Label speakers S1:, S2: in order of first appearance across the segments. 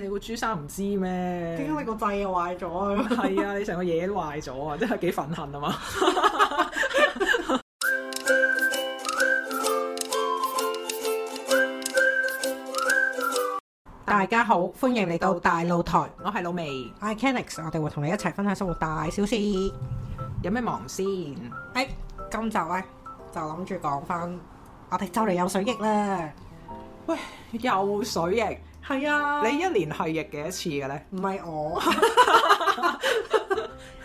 S1: 你個豬生唔知咩？
S2: 點解你個掣又壞咗啊？
S1: 係啊，你 成個嘢都壞咗啊！真係幾憤恨啊嘛！
S2: 大家好，歡迎嚟到大露台
S1: 我係老味，
S2: i c a n i x 我哋會同你一齊分享生活大小事。誒、
S1: 有咩忙先？
S2: 今集呢，就諗住講翻，我哋就嚟有水逆啦。
S1: 喂，又水逆，
S2: 係啊
S1: 你一年係逆幾多次嘅咧？
S2: 你唔係 我，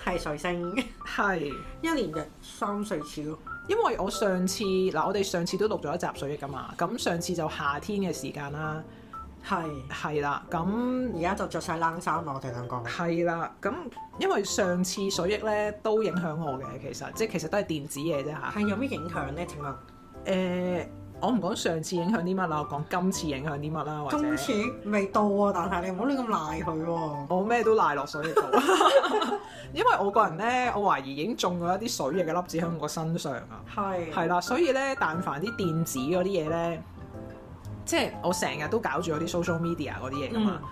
S2: 係水星，
S1: 係，
S2: 一年日三四次咯。
S1: 因為我上次嗱，我哋上次都錄咗一集水逆噶嘛，咁上次就夏天嘅時間啦，
S2: 係，
S1: 係啦，咁
S2: 而家就着晒冷衫啊！我哋兩個。
S1: 係啦，咁因為上次水逆咧都影響我嘅，其實即係其實都係電子嘢啫嚇。
S2: 係有咩影響呢？請問
S1: 誒、我唔講上次影響啲乜啦，我講今次影響啲乜啦，或者
S2: 今次未到啊，但係你唔好亂咁賴佢喎。
S1: 我咩都賴落水逆度，因為我個人咧，我懷疑已經中咗一啲水逆嘅粒子喺我身上啊，
S2: 係
S1: 係啦，所以咧，但凡啲電子嗰啲嘢咧，即係我成日都搞住嗰啲 social media 嗰啲嘢噶嘛，
S2: 嗯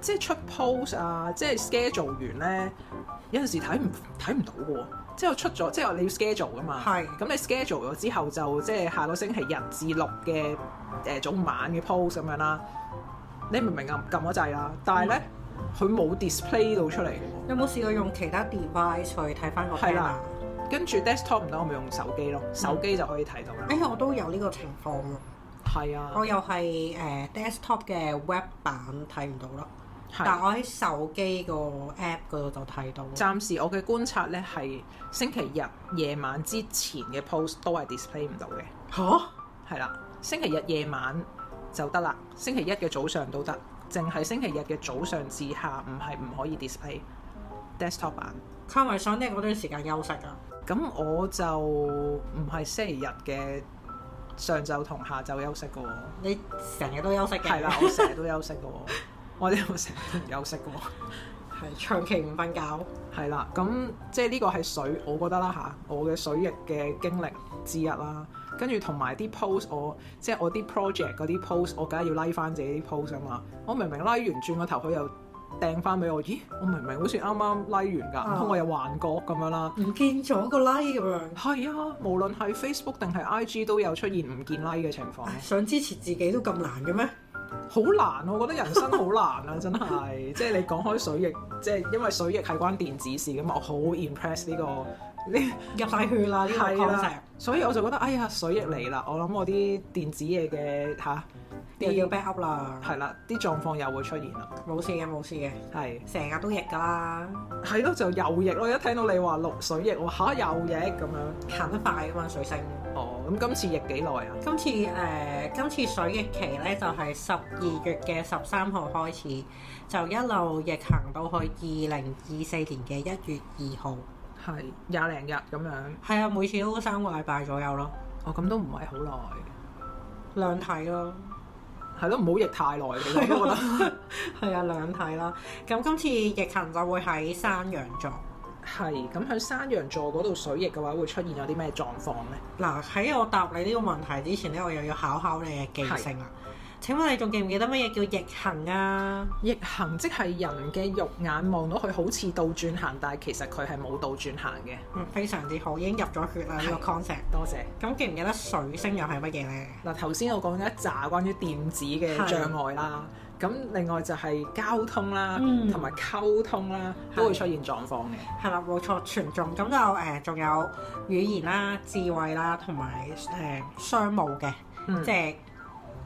S1: 即係出 post 啊，即係 schedule 完咧，有陣時睇唔睇唔到嘅喎。即係我出咗，即係你要 schedule 噶嘛。
S2: 係
S1: 咁你 schedule 咗之後就即係下個星期日至六嘅誒、呃、早午晚嘅 post 咁樣啦。你明唔明啊？撳咗掣啦，但係咧
S2: 嗯
S1: 佢冇 display 到出嚟嘅喎。
S2: 有冇試過用其他 device 去睇翻個
S1: 係
S2: plan
S1: 啦
S2: 啊？
S1: 跟住 desktop 唔得，我咪用手機咯，手機就可以睇到啦。
S2: 哎呀，我都有呢個情況喎，
S1: 係啊，
S2: 我又係誒、呃 desktop 嘅 web 版睇唔到咯，但
S1: 係。
S2: 我喺手機個 app 嗰度就睇到。
S1: 暫時我嘅觀察咧係星期日夜晚之前嘅 post 都係 display 唔到嘅，
S2: 嚇？
S1: 係啦。星期日夜晚就得啦，星期一嘅早上都得，淨係星期日嘅早上至下午係唔可以 display desktop 版。
S2: 佢係咪想你嗰段時間休息啊？
S1: 咁我就唔係星期日嘅上晝同下晝休息嘅喎。
S2: 你成日都休息嘅。
S1: 係啦，我成日都休息嘅喎，我哋有成日都唔休息嘅喎。
S2: 係長期唔瞓覺。
S1: 係啦，咁即係呢個係水，我覺得啦吓，我嘅水逆嘅經歷之一啦。跟住同埋啲 post，我即係我啲 project 嗰啲 post，我梗係要拉 i 翻自己啲 post 啊嘛。我明明拉完轉個頭，佢又掟翻俾我，咦？我明明好似啱啱拉完㗎，唔通我有幻覺咁樣啦？
S2: 唔見咗個 like 咁樣，
S1: 係啊，無論係 Facebook 定係 IG 都有出現唔見 like 嘅情況，
S2: 唉想支持自己都咁難嘅咩？
S1: 好難，我覺得人生好難啊，真係。即係你講開水逆，即係因為水逆係關電子事咁，我好 impress 呢個呢
S2: 入晒血啦呢個
S1: 係
S2: concept
S1: 啦。，所以我就覺得哎呀水逆嚟啦，我諗我啲電子嘢嘅吓
S2: 又要
S1: 啲
S2: back up 啦，
S1: 係啦，啲狀況又會出現啦，
S2: 冇事嘅冇事嘅，
S1: 係
S2: 成日都逆㗎啦，
S1: 係咯，就右翼咯，一聽到你話六水逆，我嚇右翼咁樣。
S2: 行得快㗎啊嘛水星。
S1: 哦，咁今次逆幾耐啊？
S2: 今次誒、呃今次水逆期咧就係十二月嘅十三號開始，就一路逆行到去二零二四年嘅一月二號。
S1: 係廿零日咁樣，
S2: 係啊，每次都三個禮拜左右咯，
S1: 哦咁都唔係好耐。
S2: 兩睇咯。
S1: 係咯，唔好逆太耐嘅，我都覺得
S2: 係啊，兩睇啦。咁今次逆行就會喺山羊座。
S1: 係。咁喺山羊座嗰度水逆嘅話，會出現有啲咩狀況呢？
S2: 嗱，喺我答你呢個問題之前咧，我又要考考你嘅記性啦。請問你仲記唔記得乜嘢叫逆行啊？
S1: 逆行即係人嘅肉眼望到佢好似倒轉行，但係其實佢係冇倒轉行嘅。
S2: 嗯，非常之好，已經入咗血啦呢、個 concept。
S1: 多謝。
S2: 咁記唔記得水星又係乜嘢呢？
S1: 嗱，頭先我講咗一紮關於電子嘅
S2: 係
S1: 障礙啦，咁另外就係交通啦，
S2: 嗯
S1: 同埋溝通啦，
S2: 係
S1: 都會出現狀況嘅。
S2: 係啦，冇錯，全中咁就誒，仲、有語言啦、智慧啦，同埋誒商務嘅，
S1: 嗯
S2: 即係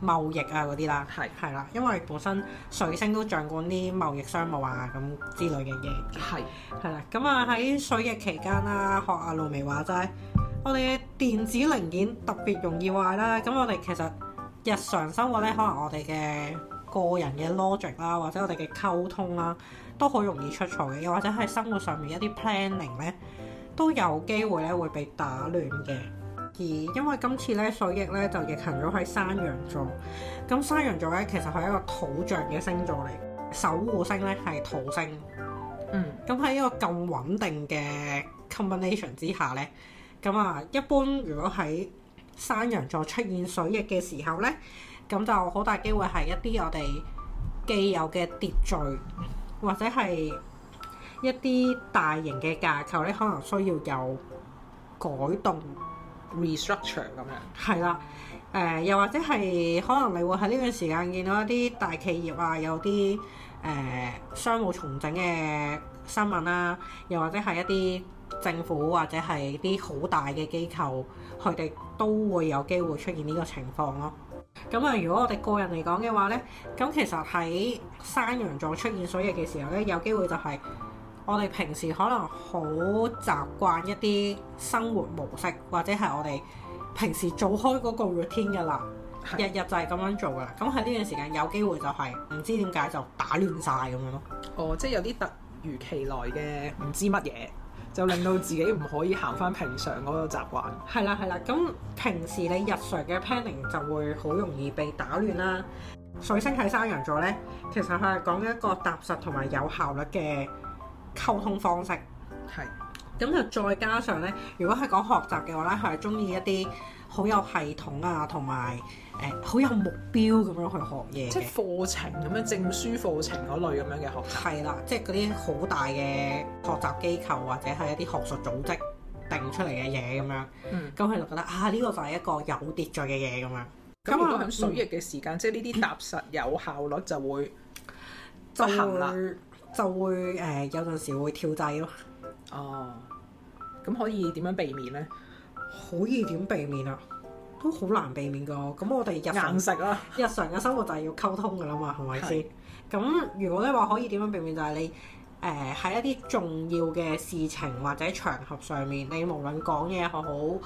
S2: 貿易啊嗰啲啦，
S1: 係
S2: 係啦，因為本身水星都掌管啲貿易、商務啊咁之類嘅嘢，
S1: 係
S2: 係啦，咁啊喺水逆期間啦，學阿露眉話齋，我哋嘅電子零件特別容易壞啦，咁我哋其實日常生活咧，可能我哋嘅個人嘅 logic 啦，或者我哋嘅溝通啦，都好容易出錯嘅，又或者喺生活上面一啲 planning 咧，都有機會咧會被打亂嘅。而因為今次咧水逆咧就逆行咗喺山羊座，咁山羊座咧其實係一個土象嘅星座嚟，守護星咧係土星。
S1: 嗯
S2: 咁喺一個咁穩定嘅 combination 之下呢，咁啊，一般如果喺山羊座出現水逆嘅時候呢，咁就好大機會係一啲我哋既有嘅秩序，或者係一啲大型嘅架構咧，可能需要有改動。
S1: restructure 咁樣，
S2: 係啦，誒、又或者係可能你會喺呢段時間見到一啲大企業啊，有啲誒、商務重整嘅新聞啦、又或者係一啲政府或者係啲好大嘅機構，佢哋都會有機會出現呢個情況咯。咁啊，如果我哋個人嚟講嘅話呢，咁其實喺山羊座出現水逆嘅時候呢，有機會就係我哋平時可能好習慣一啲生活模式，或者係我哋平時做開嗰個 routine 噶啦，日日就係咁樣做噶啦。咁喺呢段時間有機會就係唔知點解就打亂晒咁樣咯。
S1: 哦，即係有啲突如其來嘅唔知乜嘢，就令到自己唔可以行翻平常嗰個習慣。
S2: 係啦係啦，咁平時你日常嘅 planning 就會好容易被打亂啦。水星喺山羊座呢，其實佢係講一個踏實同埋有效率嘅溝通方式。
S1: 係
S2: 咁就再加上呢，如果係講學習嘅話呢，佢係中意一啲好有系統啊，同埋誒好有目標咁樣去學嘢
S1: 即
S2: 嘅
S1: 係。課程咁樣證書課程嗰類咁樣嘅學習。
S2: 係啦，即係嗰啲好大嘅學習機構或者係一啲學術組織定出嚟嘅嘢咁樣，
S1: 嗯，
S2: 咁佢就覺得啊呢、個就係一個有秩序嘅嘢咁樣，
S1: 咁啊如果
S2: 嗯
S1: 喺水逆嘅時間，即係呢啲踏實有效率就會
S2: 就
S1: 不行啦
S2: 會就會誒、呃有陣時會跳掣咯，
S1: 哦。咁可以點樣避免呢？
S2: 好易點避免啊？都好難避免噶，咁我哋日常
S1: 硬食啦，
S2: 日常嘅生活就係要溝通噶啦嘛，係咪先？咁如果你話可以點樣避免，就係你誒喺、一啲重要嘅事情或者場合上面，你無論講嘢好好誒、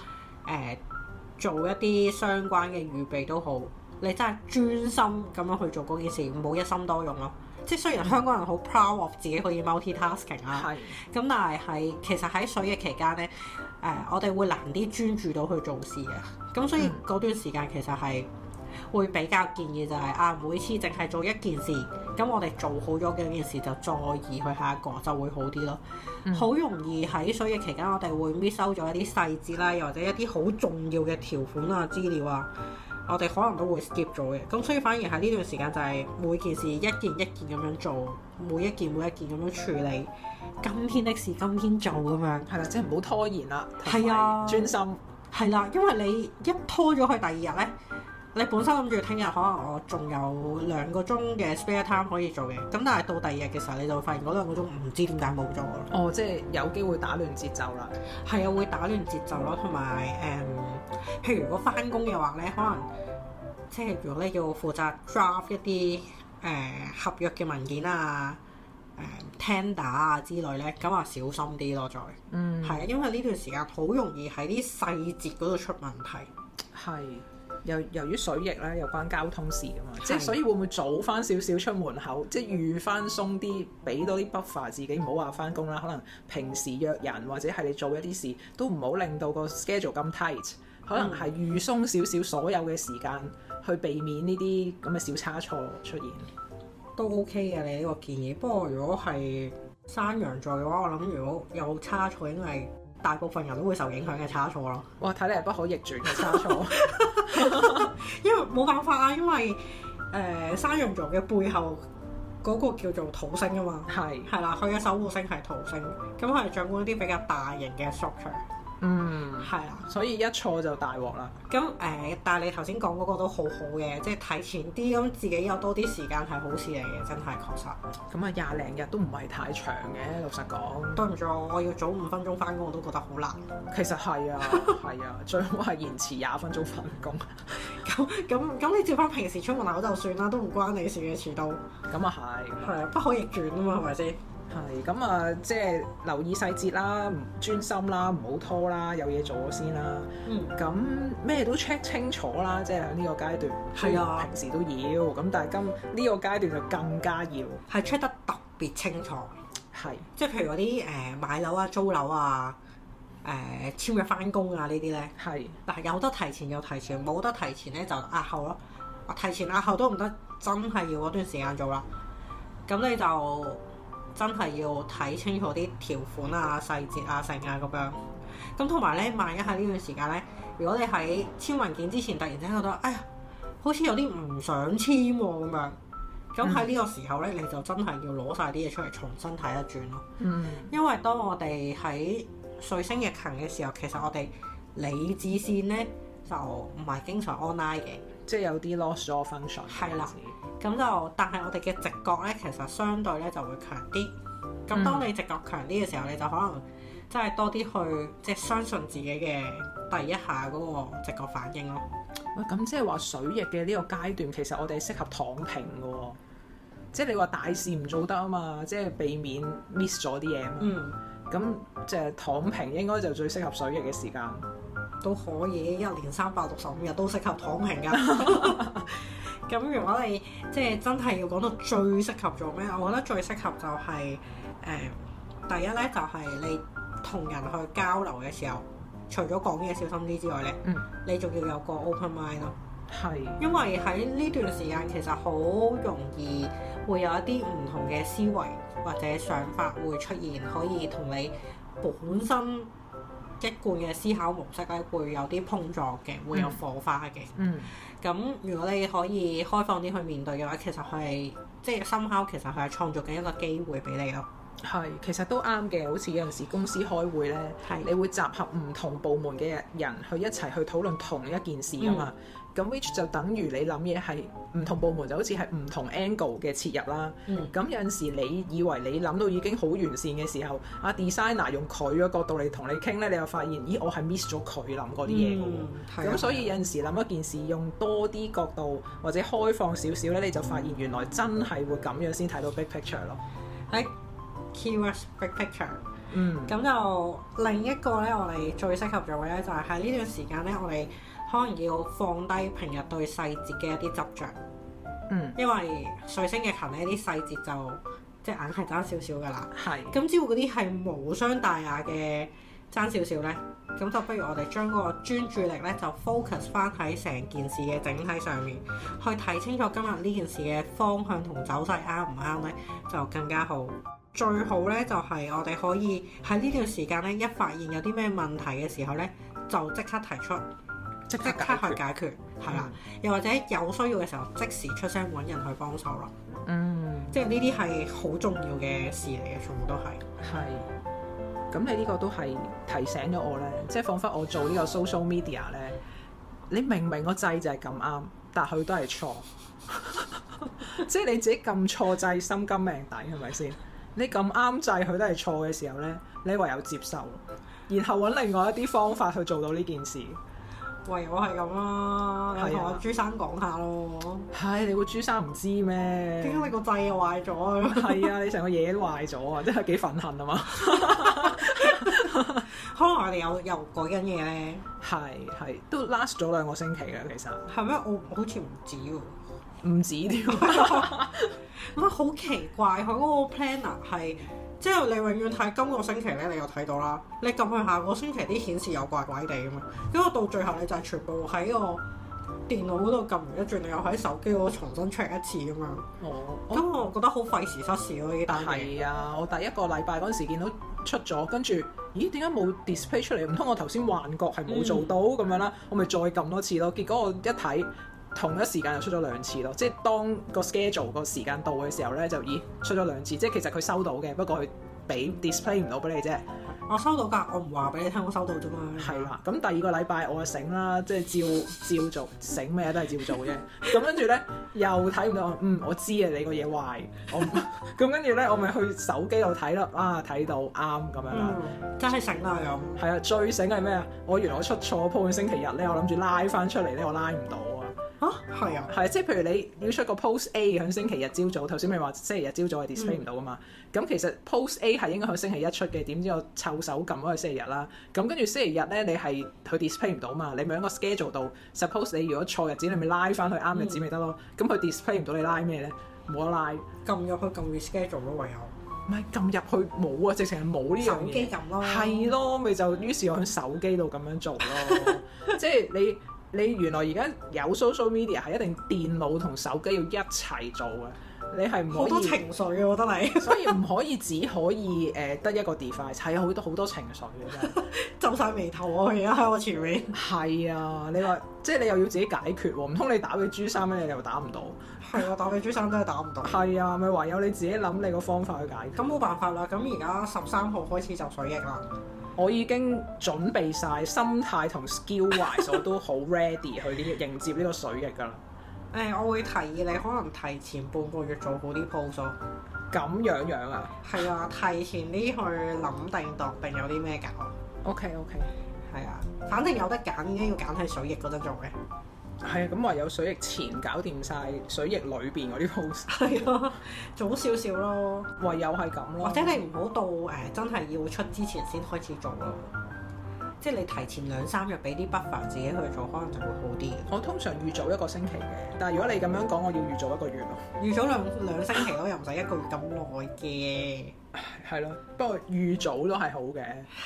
S2: 做一啲相關嘅預備都好，你真係專心咁樣去做嗰件事，唔好一心多用咯。即係雖然香港人好 proud of 自己可以 multitasking 啊啦、
S1: 係
S2: 咁但係係其實喺水嘅期間呢，誒、我哋會難啲專注到去做事嘅，咁所以
S1: 嗯
S2: 嗰段時間其實係會比較建議就係、啊，每次淨係做一件事，咁我哋做好咗嘅一件事就再移去下一個就會好啲咯。
S1: 嗯
S2: 好、容易喺水嘅期間，我哋會 miss 收咗一啲細節啦，又或者一啲好重要嘅條款啊、資料啊。我哋可能都會 skip 咗嘅，咁所以反而喺呢段時間就係每件事一件一件咁樣做，每一件每一件咁樣處理。今天的事今天做咁樣，
S1: 係啦，即係唔好拖延啦，同
S2: 係啊
S1: 埋專心。
S2: 係啦，因為你一拖咗去第二日呢，你本身諗住聽日可能我仲有兩個鐘嘅 spare time 可以做嘅，咁但係到第二日嘅時候，你就會發現嗰兩個鐘唔知點解冇咗咯。
S1: 哦，即係有機會打亂節奏啦。
S2: 係啊，會打亂節奏咯，同埋誒，譬如如果翻工嘅話咧，可能即係如果咧要負責 draft 一啲誒、合約嘅文件啊、誒、tender 啊之類咧，咁啊小心啲咯，再係
S1: 嗯
S2: 啊，因為呢段時間好容易喺啲細節嗰度出問題。
S1: 係。由由於水逆咧，又關交通事噶嘛，即係
S2: 係
S1: 所以會唔會早翻少少出門口，即係預翻鬆啲，俾多啲 buffer 自己，唔好話翻工啦。可能平時約人或者係你做一啲事，都唔好令到個 schedule 咁 tight。可
S2: 嗯
S1: 能係預鬆少少所有嘅時間，去避免呢啲咁嘅小差錯出現。
S2: 都 OK 嘅，你呢個建議。不過如果係山羊座嘅話，我諗如果有差錯，應該係大部分人都會受影響嘅差錯咯。
S1: 哇！睇嚟係不可逆轉嘅差 錯。
S2: 因為冇辦法啊，因為誒、呃山羊座嘅背後嗰個叫做土星啊嘛，
S1: 係，
S2: 係啦，佢嘅守護星係土星，咁佢係掌管一啲比較大型嘅 structure，
S1: 嗯，
S2: 係啦。
S1: 所以一錯就大鑊啦。
S2: 咁誒、呃但係你頭先講嗰個都好好嘅，即係提前啲咁自己有多啲時間係好事嚟嘅，真係確實。
S1: 咁啊，廿零日都唔係太長嘅，老實講。
S2: 對唔住我，我要早五分鐘翻工，我都覺得好難。
S1: 其實係 啊，係啊，最好係延遲廿分鐘返工。
S2: 咁咁咁，你照翻平時出門口就算啦，都唔關你事嘅遲到，
S1: 咁啊係，
S2: 係啊，不可逆轉啊嘛，係咪先？
S1: 係咁啊，即係留意細節啦，唔專心啦，唔好拖啦，有嘢做咗先啦。
S2: 嗯。
S1: 咁咩都 check 清楚啦，即係喺呢個階段。
S2: 係啊
S1: 平時都要，咁但係今呢個階段就更加要。
S2: 係 check 得特別清楚，
S1: 係，
S2: 即係譬如嗰啲誒買樓啊、租樓啊、誒、簽約翻工啊呢啲咧，
S1: 係，
S2: 嗱有得提前有提前，冇得提前咧就押後咯。我提前押後都唔得，真係要嗰段時間做啦。咁你就真係要睇清楚啲條款啊、細節啊、成啊咁樣。咁同埋咧，萬一喺呢段時間咧，如果你喺簽文件之前突然之間覺得，哎呀，好似有啲唔想簽喎、咁樣，咁喺呢個時候咧，你就真係要攞晒啲嘢出嚟重新睇一轉咯。
S1: 嗯
S2: 因為當我哋喺水星逆行嘅時候，其實我哋理智線咧就唔係經常 online 嘅，
S1: 即係有啲 lost 咗 function
S2: 係啦咁就但係我哋嘅直覺咧，其實相對咧就會強啲。咁當你直覺強啲嘅時候，你就可能真係多啲去即係相信自己嘅第一下嗰個直覺反應咯。
S1: 喂，咁即係話水逆嘅呢個階段，其實我哋適合躺平嘅喎、即係你話大事唔做得啊嘛，即係避免 miss 咗啲嘢啊嘛。
S2: 嗯，
S1: 咁即係躺平應該就最適合水逆嘅時間。
S2: 都可以，一年三百六十五日都適合躺平㗎。咁如果你即係真係要講到最適合做咩，我覺得最適合就係、誒、第一咧就係、你同人去交流嘅時候，除咗講嘢小心啲之外咧，
S1: 嗯
S2: 你仲要有個 open mind 咯。
S1: 係，
S2: 因為喺呢段時間其實好容易會有一啲唔同嘅思維或者想法會出現，可以同你本身一貫嘅思考模式咧會有啲碰撞嘅，會有火花嘅。
S1: 嗯
S2: 咁、如果你可以開放啲去面對嘅話，其實佢係即係深烤，其實佢係創造緊一個機會俾你咯。
S1: 係，其實都啱嘅。好似有陣時公司開會咧，
S2: 係
S1: 你會集合唔同部門嘅人去一齊去討論同一件事啊嘛。咁、which 就等於你諗嘢係唔同部門就好似係唔同 angle 嘅切入啦。
S2: 嗯
S1: 咁有陣時你以為你諗到已經好完善嘅時候，阿 designer 用佢嘅角度嚟同你傾咧，你又發現，咦，我係 miss 咗佢諗嗰啲嘢嘅
S2: 嗯
S1: 喎。
S2: 係
S1: 咁、
S2: 啊
S1: 所以有陣時諗一件事，用多啲角度或者開放少少咧，你就發現原來真係會咁樣先睇到 big picture 咯。
S2: 喺 keywords big picture。
S1: 嗯，
S2: 咁就另一個咧，我哋最適合做嘅咧，就係喺呢段時間咧，我哋可能要放低平日對細節嘅一啲執着，
S1: 嗯，
S2: 因為水星逆行呢啲細節就即係硬係爭少少噶啦。
S1: 係。
S2: 咁只要嗰啲係無傷大雅嘅爭少少咧，咁就不如我哋將嗰個專注力咧就 focus 翻喺成件事嘅整體上面，去睇清楚今日呢件事嘅方向同走勢啱唔啱咧，就更加好。最好咧就係、我哋可以喺呢段時間咧，一發現有啲咩問題嘅時候咧，就即刻提出，
S1: 即刻
S2: 即
S1: 解決。嗯
S2: 刻去解決，係啦。又或者有需要嘅時候，即時出聲揾人去幫手咯。
S1: 嗯，
S2: 即係呢啲係好重要嘅事嚟嘅，全部都係。
S1: 係。咁你呢個都係提醒咗我咧，即係彷彿我做呢個 social media 咧，你明明個掣就係咁啱，但佢都係錯， 即係你自己撳錯掣，心甘命抵係咪先？你咁啱掣佢都係錯嘅時候咧，你唯有接受，然後揾另外一啲方法去做到呢件事。
S2: 喂，我係咁啦，
S1: 係
S2: 你
S1: 啊啊
S2: 同阿朱生講下咯。
S1: 唉，你個朱生唔知咩？
S2: 點解你個掣又壞咗 啊？
S1: 係啊，你成個嘢都壞咗啊，真係幾憤恨啊嘛！
S2: 可能我哋有又改緊嘢咧，
S1: 係係，都 last 咗兩個星期啦，其實。
S2: 係咩？我我好似唔止喎，
S1: 唔止添，
S2: 咁啊好奇怪，佢嗰個 planner 係即係你永遠睇今個星期咧，你又睇到啦，你撳去下個星期啲顯示又怪怪地咁嘛，因為到最後你就係全部喺個電腦嗰度撳完一轉，你又喺手機嗰度重新 check 一次咁樣，
S1: 我
S2: 咁我覺得好費時失事咯呢單嘢。
S1: 哦係啊！我第一個禮拜嗰陣時見到出咗，跟住咦點解冇 display 出嚟？唔通我頭先幻覺係冇做到咁、樣啦？我咪再撳多次咯。結果我一睇同一時間又出咗兩次咯，即係當個 schedule 個時間到嘅時候咧，就咦出咗兩次，即係其實佢收到嘅，不過佢俾 display 唔到俾你啫。
S2: 我收到㗎，我唔話俾你聽，我收到啫嘛。
S1: 係啦，咁第二個禮拜我就醒啦，即係照照做，醒咩都係照做啫。咁跟住咧又睇唔到，嗯，我知啊，你個嘢壞，我唔 咁跟住咧我咪去手機度睇啦，啊睇到啱咁樣啦。
S2: 嗯，真係醒啦咁。
S1: 係啊，最醒係咩啊？我原來我出錯 po 嘅星期日咧，我諗住拉翻出嚟咧，我拉唔到啊。
S2: 嚇，係啊，
S1: 係，即係譬如你要出個 post A 響星期日朝早，頭先咪話星期日朝
S2: 嗯
S1: 早係 display 唔到噶嘛。咁、其實 post A 係應該響星期一出嘅，點知我湊手撳咗去星期日啦。咁跟住星期日咧，你係佢 display 唔到嘛？你咪喺個 schedule 度，suppose 你如果錯日子，你咪拉翻去啱日子咪得咯。
S2: 嗯
S1: 咁佢、display 唔到，你拉咩咧？冇得拉，唔
S2: 撳入去撳 reschedule 咯，唯有
S1: 係撳入去冇啊，直情係冇呢樣
S2: 手
S1: 嘢
S2: 機。撳咯，
S1: 係咯，咪就於是我喺手機度咁樣做 咯，即係你。你原來而家有 social media 係一定電腦同手機要一齊做嘅，你係唔可以
S2: 好多情緒啊！我覺得你
S1: 所以唔可以只可以誒得、一個 device，係好多好多情緒嘅真 係。
S2: 皺晒眉頭啊我而家喺我前面。
S1: 係啊，你話即係你又要自己解決喎，唔通你打俾朱三咧，你又打唔到？
S2: 係啊，打俾朱三真係打唔到。
S1: 係啊，咪唯有你自己諗你個方法去解決。
S2: 咁冇辦法啦，咁而家十三號開始就水逆啦。
S1: 我已經準備晒心態同 skill wise，我都好 ready 去呢迎接呢個水逆㗎啦。
S2: 誒、我會提議你可能提前半個月做好啲 post 咯。
S1: 咁樣樣啊
S2: 係啊，提前啲去諗定度定有啲咩搞。
S1: ？OK OK，
S2: 係啊，反正有得揀，已經要揀喺水逆嗰陣做嘅。
S1: 係啊，咁唯有水逆前搞掂晒水逆裏邊嗰啲 post，
S2: 係啊，早少少咯，
S1: 唯有係咁咯。
S2: 或者你唔好到誒、真係要出之前先開始做咯。即係你提前兩三日俾啲 buffer 自己去做，可能就會好啲嘅。
S1: 我通常預早一個星期嘅，但係如果你咁樣講，我要預早一個月咯。
S2: 預早兩兩星期咯，又唔使一個月咁耐嘅。
S1: 係咯，不過預早都係好嘅。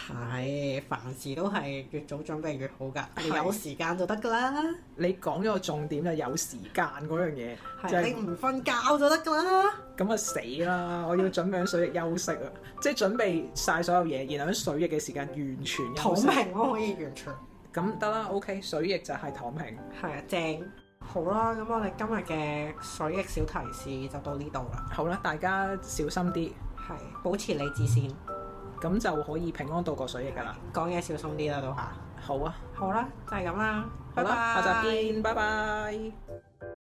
S2: 係，凡事都係越早準備越好㗎。你
S1: 係
S2: 有時間就得㗎啦，
S1: 你講咗個重點就係有時間嗰樣嘢，就
S2: 係
S1: 係
S2: 啊你唔瞓覺就得㗎啦。
S1: 咁啊死啦！我要準備喺水逆休息啊，即係準備晒所有嘢，然後喺水逆嘅時間完全休
S2: 躺
S1: 息。
S2: 平咯，可以完全
S1: 咁得啦，OK，水逆就係躺平。
S2: 係啊，正。好啦，咁我哋今日嘅水逆小提示就到呢度啦。
S1: 好啦，大家小心啲，
S2: 係，保持理智先，
S1: 咁就可以平安度過水逆噶啦。
S2: 講嘢小心啲啦，都嚇。
S1: 好啊，
S2: 好啦，就係咁啦，
S1: 好
S2: 拜
S1: 啦，
S2: 拜
S1: 下集見，拜拜。